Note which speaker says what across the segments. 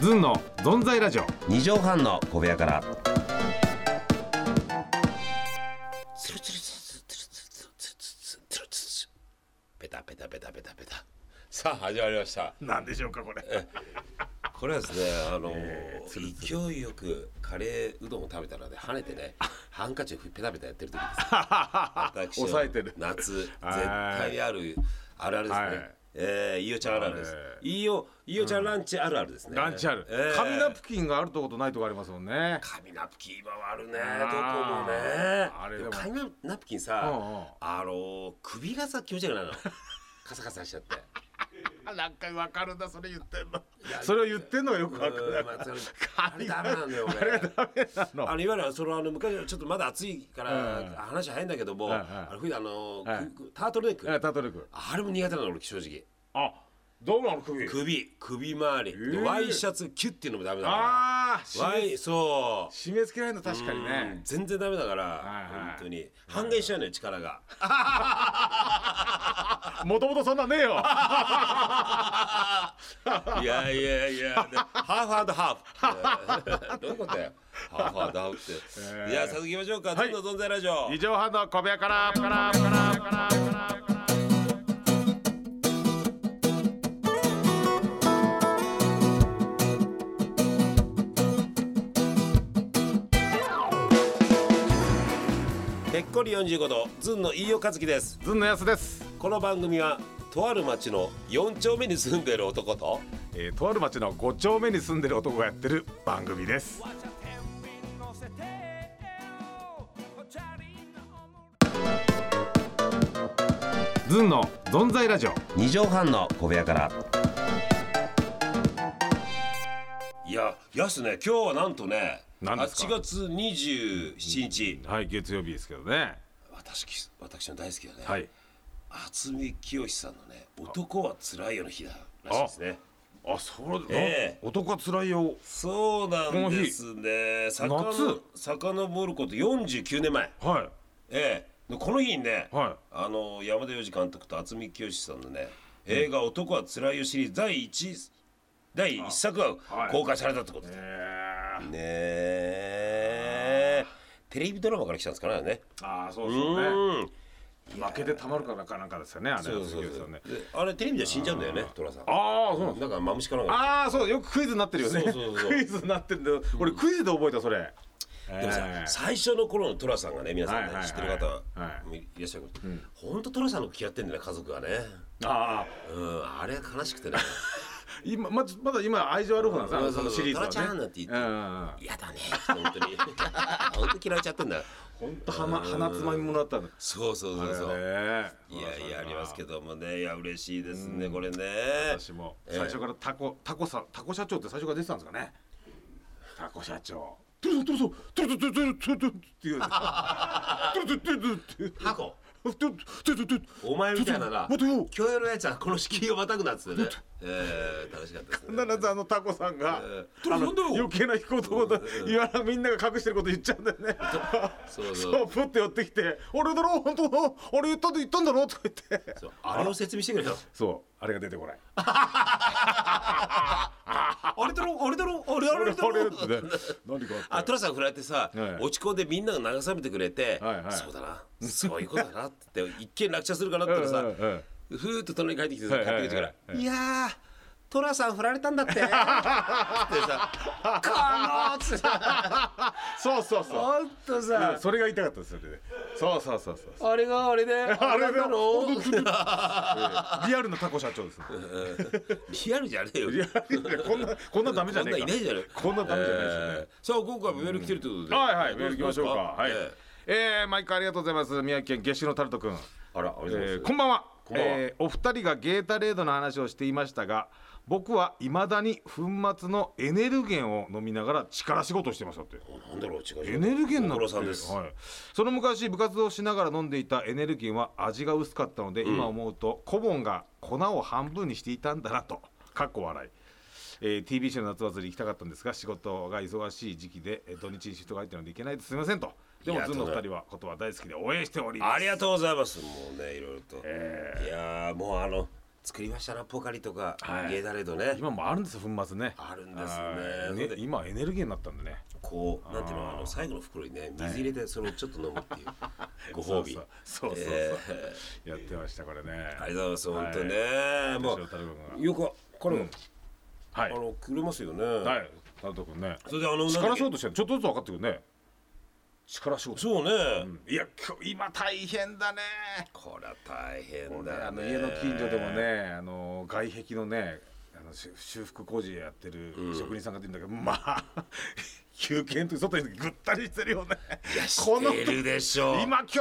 Speaker 1: ずんのぞんざいラジオ
Speaker 2: 二畳半の小部屋から。
Speaker 3: ペタペタペタペタペタ。さあ始まりました。
Speaker 1: なんでしょうかこれ
Speaker 3: これはですね、あの、勢いよくカレーうどんを食べたので跳ねてね、ハンカチをペタペタやってる時です。私の
Speaker 1: 抑えてる
Speaker 3: 夏絶
Speaker 1: はい
Speaker 3: 対あるあるあるですね。
Speaker 1: はい
Speaker 3: ええいいおちゃんあるあるです
Speaker 1: は。
Speaker 3: いいおいいおちゃんランチあるあるですね。
Speaker 1: ランチある、
Speaker 3: ええ
Speaker 1: 紙ナプキンがあるとことないとこありますもんね
Speaker 3: 紙ナプキン今はあるねどこも
Speaker 1: あー
Speaker 3: ね
Speaker 1: あれでも
Speaker 3: 紙ナプキンさ、
Speaker 1: うんうん
Speaker 3: あのー首がさ気持ち悪く ないのカサカサしちゃって
Speaker 1: なんかわかるなそれ言ってんのそれを言ってんのがよくわか
Speaker 3: う
Speaker 1: る
Speaker 3: んまあそれあ
Speaker 1: 紙
Speaker 3: れダメなんだよ
Speaker 1: あれが
Speaker 3: 俺
Speaker 1: ダメなの
Speaker 3: あれいわゆるそのあの昔はちょっとまだ暑いから
Speaker 1: うんうん
Speaker 3: 話早いんだけども、
Speaker 1: んうん
Speaker 3: あの冬あのー
Speaker 1: はい
Speaker 3: くタートルネック、
Speaker 1: えタトルク
Speaker 3: あれも苦手なの俺正直
Speaker 1: あどうなの首
Speaker 3: 首首周り、で
Speaker 1: えー
Speaker 3: ワイシャツキュッていうのもダメだか
Speaker 1: ああ
Speaker 3: らワイそう
Speaker 1: 締め付けられるの確かに
Speaker 3: うん
Speaker 1: ね
Speaker 3: 全然ダメだから、
Speaker 1: いはい
Speaker 3: 本当に半減しちゃうのよ力が、
Speaker 1: もともとそんなねえよ
Speaker 3: いやいやいや、でハーフハーフ。どういうことだよ。ハーフハーフハーフって。
Speaker 1: えー
Speaker 3: いや、早速行きましょうか。どんどん存在ラジオ。
Speaker 1: 二畳半の小部屋からからからからから
Speaker 3: ぺっこり45度、ずんの飯尾和樹です。
Speaker 1: ずんのやすです
Speaker 3: この番組は、とある町の4丁目に住んでいる男と、
Speaker 1: えー、とある町の5丁目に住んでる男がやってる番組ですずんのどんざいラジオ
Speaker 2: 二畳半の小部屋から。
Speaker 3: いや、やすね、今日はなんとね、
Speaker 1: 何ですか
Speaker 3: 8月27日、
Speaker 1: はい月曜日ですけどね
Speaker 3: 私、私の大好きなね、
Speaker 1: はい
Speaker 3: 渥美清さんのね、男は辛いよの日だらしいですね。
Speaker 1: あそう、
Speaker 3: え
Speaker 1: 男は辛いよ
Speaker 3: そうなんですね。さかの
Speaker 1: 夏
Speaker 3: 遡ること49年前。
Speaker 1: は
Speaker 3: ええ、でこの日にね、
Speaker 1: はい
Speaker 3: あの山田洋次監督と渥美清さんのね、映画「男はつらいよ」シリーズ第1第一作が
Speaker 1: はい
Speaker 3: 公開されたってことで
Speaker 1: い
Speaker 3: す、
Speaker 1: えー、
Speaker 3: ねえテレビドラマから来たんですからね
Speaker 1: あーそう
Speaker 3: う
Speaker 1: そうね
Speaker 3: ーん
Speaker 1: 負けてたまるかなんかなんかですよねあれ
Speaker 3: そうそう
Speaker 1: です
Speaker 3: そ
Speaker 1: よ
Speaker 3: う
Speaker 1: ね
Speaker 3: であれテレビでは死んじゃうんだよね寅さん
Speaker 1: ああそうなんです
Speaker 3: なんかマムシかなんか
Speaker 1: ああそうよくクイズになってるよね
Speaker 3: そうそうそう
Speaker 1: クイズになってるんで俺クイズで覚えたそれ
Speaker 3: でもさ、
Speaker 1: えー
Speaker 3: 最初の頃の寅さんがね皆さん
Speaker 1: はい
Speaker 3: ね、
Speaker 1: はいはい
Speaker 3: 知ってる方
Speaker 1: はい
Speaker 3: もいらっしゃるけど、ほんと寅さんの気やってんだよね家族がね
Speaker 1: ああ
Speaker 3: うんあれ悲しくてね
Speaker 1: 今まずまだ今愛情ある方なんですねあの
Speaker 3: そ
Speaker 1: そう
Speaker 3: そう
Speaker 1: のシリーズはね
Speaker 3: トラちゃんなんて言って
Speaker 1: うんうんうん
Speaker 3: 嫌だね本当に 本当嫌われちゃってんだ
Speaker 1: 本当鼻鼻つまみもらったの
Speaker 3: そうそうそうそう、
Speaker 1: ね
Speaker 3: いやいやありますけ
Speaker 1: ど
Speaker 3: どもねいや嬉しいですねこれね
Speaker 1: 私も最初からタコタコさタコ社長って最初から出てたんですかねタコ社長トゥルトゥルトゥルトゥルトゥルトゥルトゥルトゥルって言うのトゥルトゥルトゥルトゥルって
Speaker 3: タコ
Speaker 1: トゥルトゥルトゥルトゥル
Speaker 3: お前みたいなな
Speaker 1: 待てよ
Speaker 3: 教養のやつはこの敷居をまたぐなっつってねえー、楽しかったですね
Speaker 1: 必ずあのタコさんが、
Speaker 3: えー
Speaker 1: あの
Speaker 3: なんだよ
Speaker 1: 余計な引こうと思った言わなみんなが隠してること言っちゃうんだよね。
Speaker 3: そう
Speaker 1: そ
Speaker 3: そうう
Speaker 1: プッて寄ってきて「俺だろ本当だ俺言ったと言ったんだろ」とか言って
Speaker 3: そうあれを説明してくれよ
Speaker 1: そうあれが出てこない
Speaker 3: あれだろあれだろあれだろあ
Speaker 1: 俺
Speaker 3: れだ
Speaker 1: あれって
Speaker 3: ろ
Speaker 1: ね何かあ
Speaker 3: あ
Speaker 1: って
Speaker 3: トラさん振られてさ、
Speaker 1: ええ
Speaker 3: 落ち込んでみんなが慰めてくれて、
Speaker 1: はいはい
Speaker 3: そうだなそういうことだなって 一見落車するかなってさ、
Speaker 1: うんうん
Speaker 3: ふーっと隣に帰ってきてさ帰ってきてから
Speaker 1: はい
Speaker 3: 「いやートラさん振られた んだって」ってさ「この」つって
Speaker 1: そうそうそう、
Speaker 3: ほんと
Speaker 1: うん
Speaker 3: さ
Speaker 1: それが言いたかったですよねそうそうそうそう
Speaker 3: あれがあれであ
Speaker 1: あ
Speaker 3: れ
Speaker 1: れ
Speaker 3: だ
Speaker 1: だ
Speaker 3: ろ
Speaker 1: ろリアルなタコ社長です
Speaker 3: リアルじゃねえよ。
Speaker 1: リアルでこんなこんなダメじゃねえか
Speaker 3: こんなんいないじゃね
Speaker 1: こんなダメじゃないですよね、
Speaker 3: えーさあ今回もメール来てるってことで、
Speaker 1: はいはい、メール行きましょうか。はい。
Speaker 3: え
Speaker 1: え
Speaker 3: ー
Speaker 1: ー毎回ありがとうございます。宮城県下篠タルト君。
Speaker 3: あらありがとうございます
Speaker 1: えーこんばんは。
Speaker 3: んばんは
Speaker 1: えーお二人がゲータレードの話をしていましたが、僕は未だに粉末のエネル源を飲みながら力仕事をしてましたって。
Speaker 3: なんだろう違う違う
Speaker 1: エネルギーな
Speaker 3: ご
Speaker 1: ん
Speaker 3: 苦
Speaker 1: て
Speaker 3: 労さんです、
Speaker 1: はい、その昔部活をしながら飲んでいたエネルギーは味が薄かったので、今思うとコボンが粉を半分にしていたんだなとかっこ笑い、えー TBC の夏祭り行きたかったんですが仕事が忙しい時期でえー土日にシフトが入ってるので行けないですすいませんとで
Speaker 3: い
Speaker 1: も
Speaker 3: や
Speaker 1: ずんのお二人はことは大好きで応援しております
Speaker 3: ありがとうございます。もうね、いろいろと。いやーもうあの、作りましたなポカリとか、
Speaker 1: はい
Speaker 3: ゲーダレードね
Speaker 1: 今もあるんですよ粉末ね
Speaker 3: あるんです
Speaker 1: はい
Speaker 3: ね
Speaker 1: ね今エネルギーになったんでね
Speaker 3: こうなんていう
Speaker 1: あ
Speaker 3: の
Speaker 1: ー
Speaker 3: あの最後の袋にね水入れてそれをちょっと飲むって いう、ご褒美
Speaker 1: そうそうそうそうそう
Speaker 3: え
Speaker 1: やってましたこれね
Speaker 3: ーありがとうございます本当にね、
Speaker 1: もう
Speaker 3: まあよくこれ、
Speaker 1: うんは
Speaker 3: あ
Speaker 1: い
Speaker 3: のくれますよね、
Speaker 1: はいタルト君ね
Speaker 3: それであのなんだっけ
Speaker 1: 力仕事してるちょっとずつ分かってくるね力仕事
Speaker 3: そうね、
Speaker 1: いや今日今大変だね
Speaker 3: これは大変だ
Speaker 1: あ
Speaker 3: よ
Speaker 1: の
Speaker 3: ね
Speaker 1: 家の近所でもねあの外壁のねあの修修復工事やってる職人さんがいるんだけど、まあ 休憩の時外にぐったりしてるよね
Speaker 3: いや
Speaker 1: この
Speaker 3: してるでしょう
Speaker 1: 今今日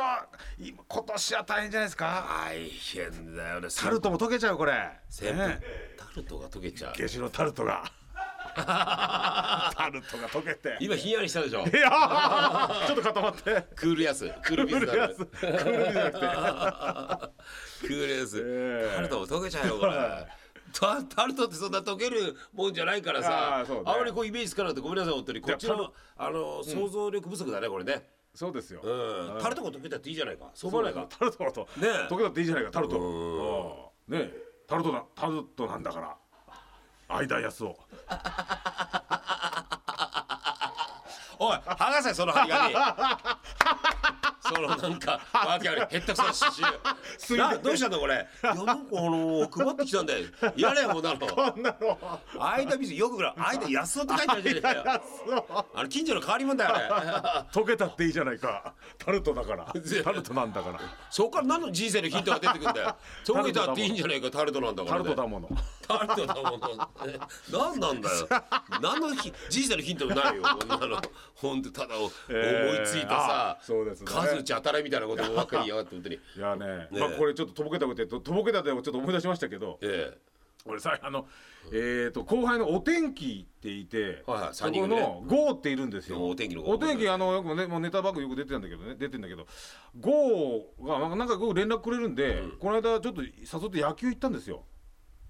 Speaker 1: 今今年は大変じゃないですか
Speaker 3: 大変だよね
Speaker 1: タルトも溶けちゃうこれ
Speaker 3: 扇風
Speaker 1: ね
Speaker 3: タルトが溶けちゃう
Speaker 1: 下白タルト がタルトが溶けて
Speaker 3: 今ひんやりしたでしょ
Speaker 1: いやーちょっと固まって
Speaker 3: クールやスクールビズだね
Speaker 1: クールビズじゃなくて
Speaker 3: クールやス、
Speaker 1: ええ
Speaker 3: タルトも溶けちゃうよこれタタルトってそんな溶けるもんじゃないからさ
Speaker 1: あ
Speaker 3: あ,、
Speaker 1: ーそうね
Speaker 3: まりこうイメージつかなくてごめんなさい本当にこっち
Speaker 1: いや
Speaker 3: のあの想像力不足だねこれね
Speaker 1: そうですよ、
Speaker 3: うん、タルトが溶けたっていいじゃないかそう思わないか
Speaker 1: タルトだと
Speaker 3: ねえ
Speaker 1: 溶けたっていいじゃないかタルトああねえタルトだタルトなんだから間安を
Speaker 3: おい剥がせその張り 紙そのなんかわけありへったくそな刺
Speaker 1: すい
Speaker 3: 繍
Speaker 1: ませ
Speaker 3: なんどうしたんだこれいやなんかあの配ってきたんだよいらねえよこんな の
Speaker 1: こんなの
Speaker 3: 間水よくぐらい間安男って書いてあるじゃねえかよあの近所の変わり者だよあれ
Speaker 1: 溶けたっていいじゃないかタルトだからタルトなんだから
Speaker 3: そこから何の人生のヒントが出てくるんだよ溶けたっていいんじゃないかタルトなんだか
Speaker 1: タ
Speaker 3: ら
Speaker 1: ル
Speaker 3: ね
Speaker 1: トだもの
Speaker 3: タルトだもの。何なんだよ。何のひ人生のヒントもないよ。こんなの。本当ただお思い
Speaker 1: えー
Speaker 3: ついたさ
Speaker 1: あ、そうですね
Speaker 3: 数打ち当たれみたいなことばっかり言いやがって本当に。
Speaker 1: いやね
Speaker 3: え
Speaker 1: まあ、これちょっととぼけたことでととぼけたでもちょっと思い出しましたけど
Speaker 3: え
Speaker 1: 俺さあの、えー、と後輩のお天気っていて、
Speaker 3: はいはい
Speaker 1: そ
Speaker 3: 三
Speaker 1: こ
Speaker 3: 人ね
Speaker 1: のゴーっているんですよ
Speaker 3: お天気の
Speaker 1: お
Speaker 3: 郷
Speaker 1: 天気あのよくねもうネタバッグよく出てたんだけどね出てんだけどゴーがなんかゴー連絡くれるんで、この間ちょっと誘って野球行ったんですよ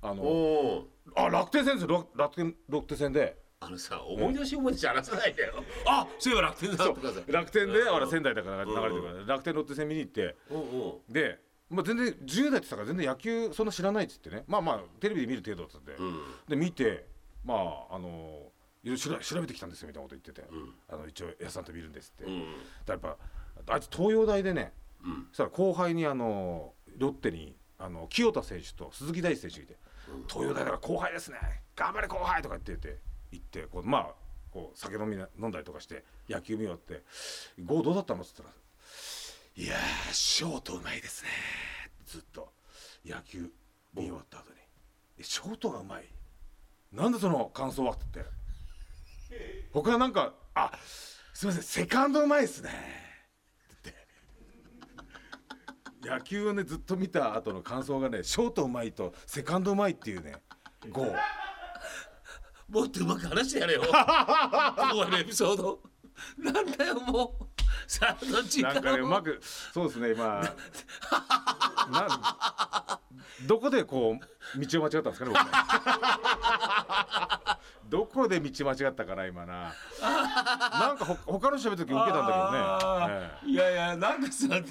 Speaker 1: あ
Speaker 3: え。
Speaker 1: の
Speaker 3: おお。
Speaker 1: あ楽天戦ですよ楽楽天ロッテ戦で
Speaker 3: あのさ、思い出し思い出し話さないでよ。あ、そういえば楽天だとかさ。
Speaker 1: 楽天で、
Speaker 3: うん
Speaker 1: 俺仙台だから流れてるから、楽天ロッテ戦見に行って
Speaker 3: うんうん。
Speaker 1: で、まあ、全然10代って言ってたから全然野球そんな知らないっつってねまあまあテレビで見る程度だったんで、
Speaker 3: うん。
Speaker 1: で見てまああのいろいろ調べ調べてきたんですよみたいなこと言ってて、
Speaker 3: ん
Speaker 1: あの一応「やさんと見るんです」って、
Speaker 3: う
Speaker 1: だ
Speaker 3: ん。
Speaker 1: からやっぱあいつ東洋大でね
Speaker 3: うん
Speaker 1: そしたら後輩にあのロッテにあの清田選手と鈴木大地選手がいて「東洋大だから後輩ですね頑張れ後輩」とか言ってて行ってこうまあこう酒飲みな飲んだりとかして野球見終わって「ゴーどうだったの?」っつったら「いやーショートうまいですね」ずっと野球見終わった後に「えショートがうまいなんでその感想は?」って言って他なんか「あすいませんセカンドうまいですね」野球をねずっと見た後の感想がねショートうまいとセカンドうまいっていうねゴー
Speaker 3: もっとうまく話して やれよ。今日のエピソード。なんだよもう。さあ、どっち
Speaker 1: なんかねうまくそうですねまあなどこでこう道を間違ったんですかね僕ねどこで道間違ったかな今ななんかほ他の人喋った時受けたんだけどね、ええ
Speaker 3: けどね。いやいや、なんかさ、な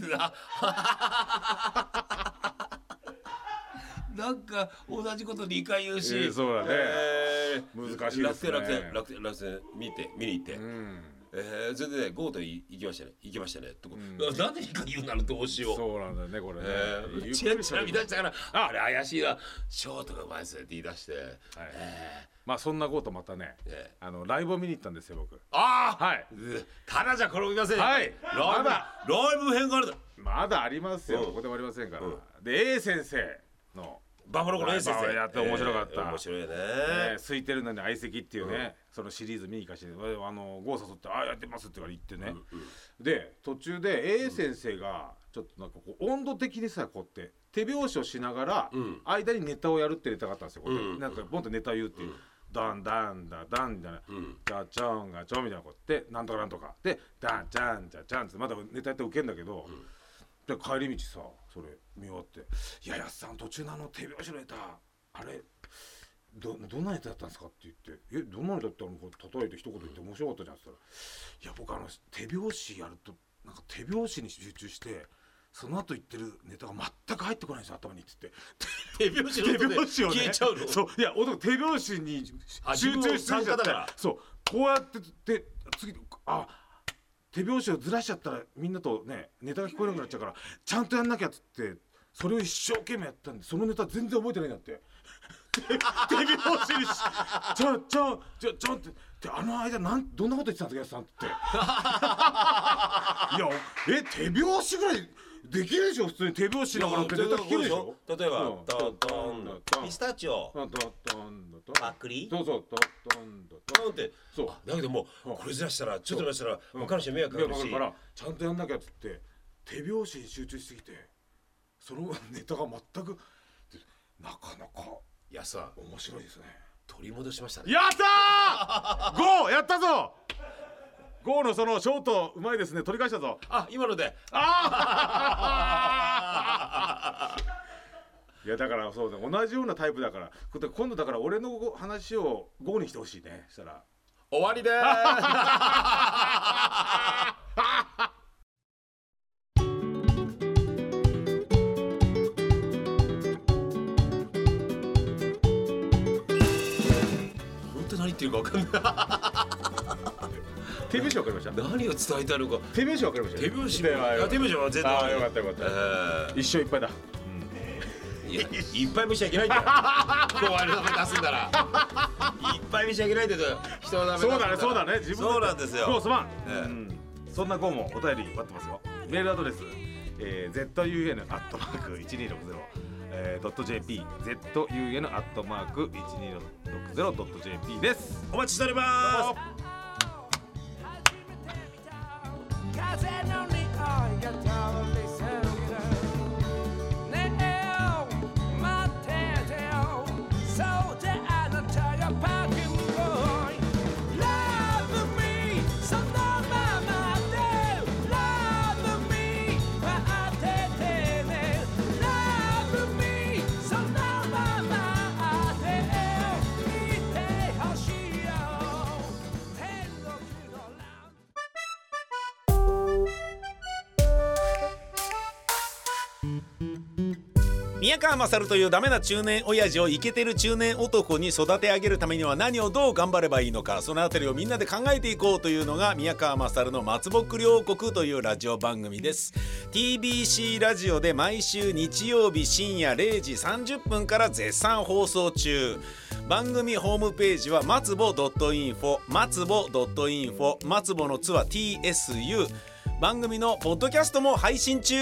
Speaker 3: なんか同じこと2回言うし、
Speaker 1: ええそうだね
Speaker 3: ええ
Speaker 1: 難しいですね
Speaker 3: 楽天、楽天、楽天、楽天、見て、見に行って。
Speaker 1: うん
Speaker 3: ええそれでね、ゴーとい行きましたね、行きましたね。ってこと なんで2回言うならどうしよう。
Speaker 1: そうなんだよねこれね、
Speaker 3: え
Speaker 1: ゆっく
Speaker 3: ー、
Speaker 1: り
Speaker 3: チラチラ
Speaker 1: 喋
Speaker 3: 見
Speaker 1: る
Speaker 3: 出したからああれ怪しいなショートがうまいっすねって言い出して、え
Speaker 1: まあそんなゴーとまたね、
Speaker 3: ええ
Speaker 1: あのライブを見に行ったんですよ僕
Speaker 3: ー、ああ
Speaker 1: はい
Speaker 3: ただじゃ転びませんよ
Speaker 1: はい
Speaker 3: ライ
Speaker 1: ま
Speaker 3: ブ、
Speaker 1: だ
Speaker 3: ライブ編があるだ
Speaker 1: まだありますよ、
Speaker 3: うん
Speaker 1: ここで終わりませんから、
Speaker 3: うん
Speaker 1: で A 先生の、
Speaker 3: バファローコのエッセンス
Speaker 1: まあやって面白かった
Speaker 3: えー面白いね
Speaker 1: ね空いてるのに相席っていうね、そのシリーズ見に行かしてわあのゴー誘って「あやってます」って言われてね、で途中で A 先生がちょっとなんかこう温度的にさこうやって手拍子をしながら、
Speaker 3: ん
Speaker 1: 間にネタをやるってネタがあったんですよこうやって
Speaker 3: うん
Speaker 1: なんかボンとネタを言うっていう。ダンダンダダンみたいな、じゃちゃんがちょんみたいなことってなんとかなんとかでダンチャンチャチャンってまだネタやってウケんだけど、で帰り道さそれ見終わって「いややっさん途中のあの手拍子のネタあれどどんなネタだったんですか?」って言って「えどんなネタだったの?」こう叩いて一言言って面白かったじゃんっつったら「いや僕あの手拍子やるとなんか手拍子に集中してその後言ってるネタが全く入ってこないんですよ頭にっつって
Speaker 3: 手拍子
Speaker 1: 手拍子をね
Speaker 3: 消えちゃうの
Speaker 1: そういや男手拍子に集
Speaker 3: あ
Speaker 1: 中しすぎ
Speaker 3: 自分の参
Speaker 1: ちゃっ
Speaker 3: 加だ
Speaker 1: た
Speaker 3: から
Speaker 1: そうこうやってで次あ手拍子をずらしちゃったらみんなとねネタが聞こえなくなっちゃうからちゃんとやんなきゃっつってそれを一生懸命やったんでそのネタ全然覚えてないんだ って。手拍子にしちょんちょんちょんちょんってであの間なんどんなこと言ってたんですか安田さんっていやえ 手拍子ぐらいできるでしょ普通に手拍子だからってネタ聞けるでしょ
Speaker 3: 例えば
Speaker 1: うん
Speaker 3: トントン
Speaker 1: トン
Speaker 3: ピスタチオ
Speaker 1: トントントントン
Speaker 3: パクリ
Speaker 1: そうそうトントントン
Speaker 3: トンって
Speaker 1: そう
Speaker 3: あだけどもう
Speaker 1: うん
Speaker 3: これずらしたらちょっとずらしたら
Speaker 1: うん
Speaker 3: 他の人迷惑かかる
Speaker 1: 迷
Speaker 3: し
Speaker 1: 惑からちゃんとやんなきゃっつって手拍子に集中しすぎてそのネタが全くなかなか
Speaker 3: いやさ
Speaker 1: 面白いですね
Speaker 3: 取り戻しましたね
Speaker 1: やったー ゴーやったぞゴーのそのショートうまいですね取り返したぞ
Speaker 3: あ今ので
Speaker 1: いやだからそうね同じようなタイプだからこ今度だから俺のご話をゴーにしてほしいねしたら
Speaker 3: 終わりでーす本当何言ってるか分かんない
Speaker 1: 手拍子わかりました
Speaker 3: 何を伝えたいのか
Speaker 1: 手拍子わかりました
Speaker 3: 手拍子
Speaker 1: 手
Speaker 3: も
Speaker 1: 拍
Speaker 3: いや手拍子は全然
Speaker 1: あーよかったよかった
Speaker 3: えー
Speaker 1: 一生いっぱいだ
Speaker 3: いやいっぱい見しちゃいけないんだよ。怖いのダメ出すんだら。いっぱい見しちゃいけないんだよ。人のダメ出すん
Speaker 1: そうだねそうだね自分で
Speaker 3: そうなんですよ。
Speaker 1: ゴーすまん、
Speaker 3: ええ
Speaker 1: うんそんなゴーもお便り待ってますよメールアドレス、えー、ZUN アットマーク 1260.jp、ZUN アットマーク 1260.jp です
Speaker 3: お待ちしております。
Speaker 4: Love.
Speaker 5: 宮川勝というダメな中年親父をイケてる中年男に育て上げるためには何をどう頑張ればいいのかそのあたりをみんなで考えていこうというのが宮川勝の「松ぼっくり王国」というラジオ番組です TBC ラジオで毎週日曜日深夜0時30分から絶賛放送中番組ホームページは松ぼ .info 松ぼ .info 松ぼの「つ」は TSU 番組のポッドキャストも配信中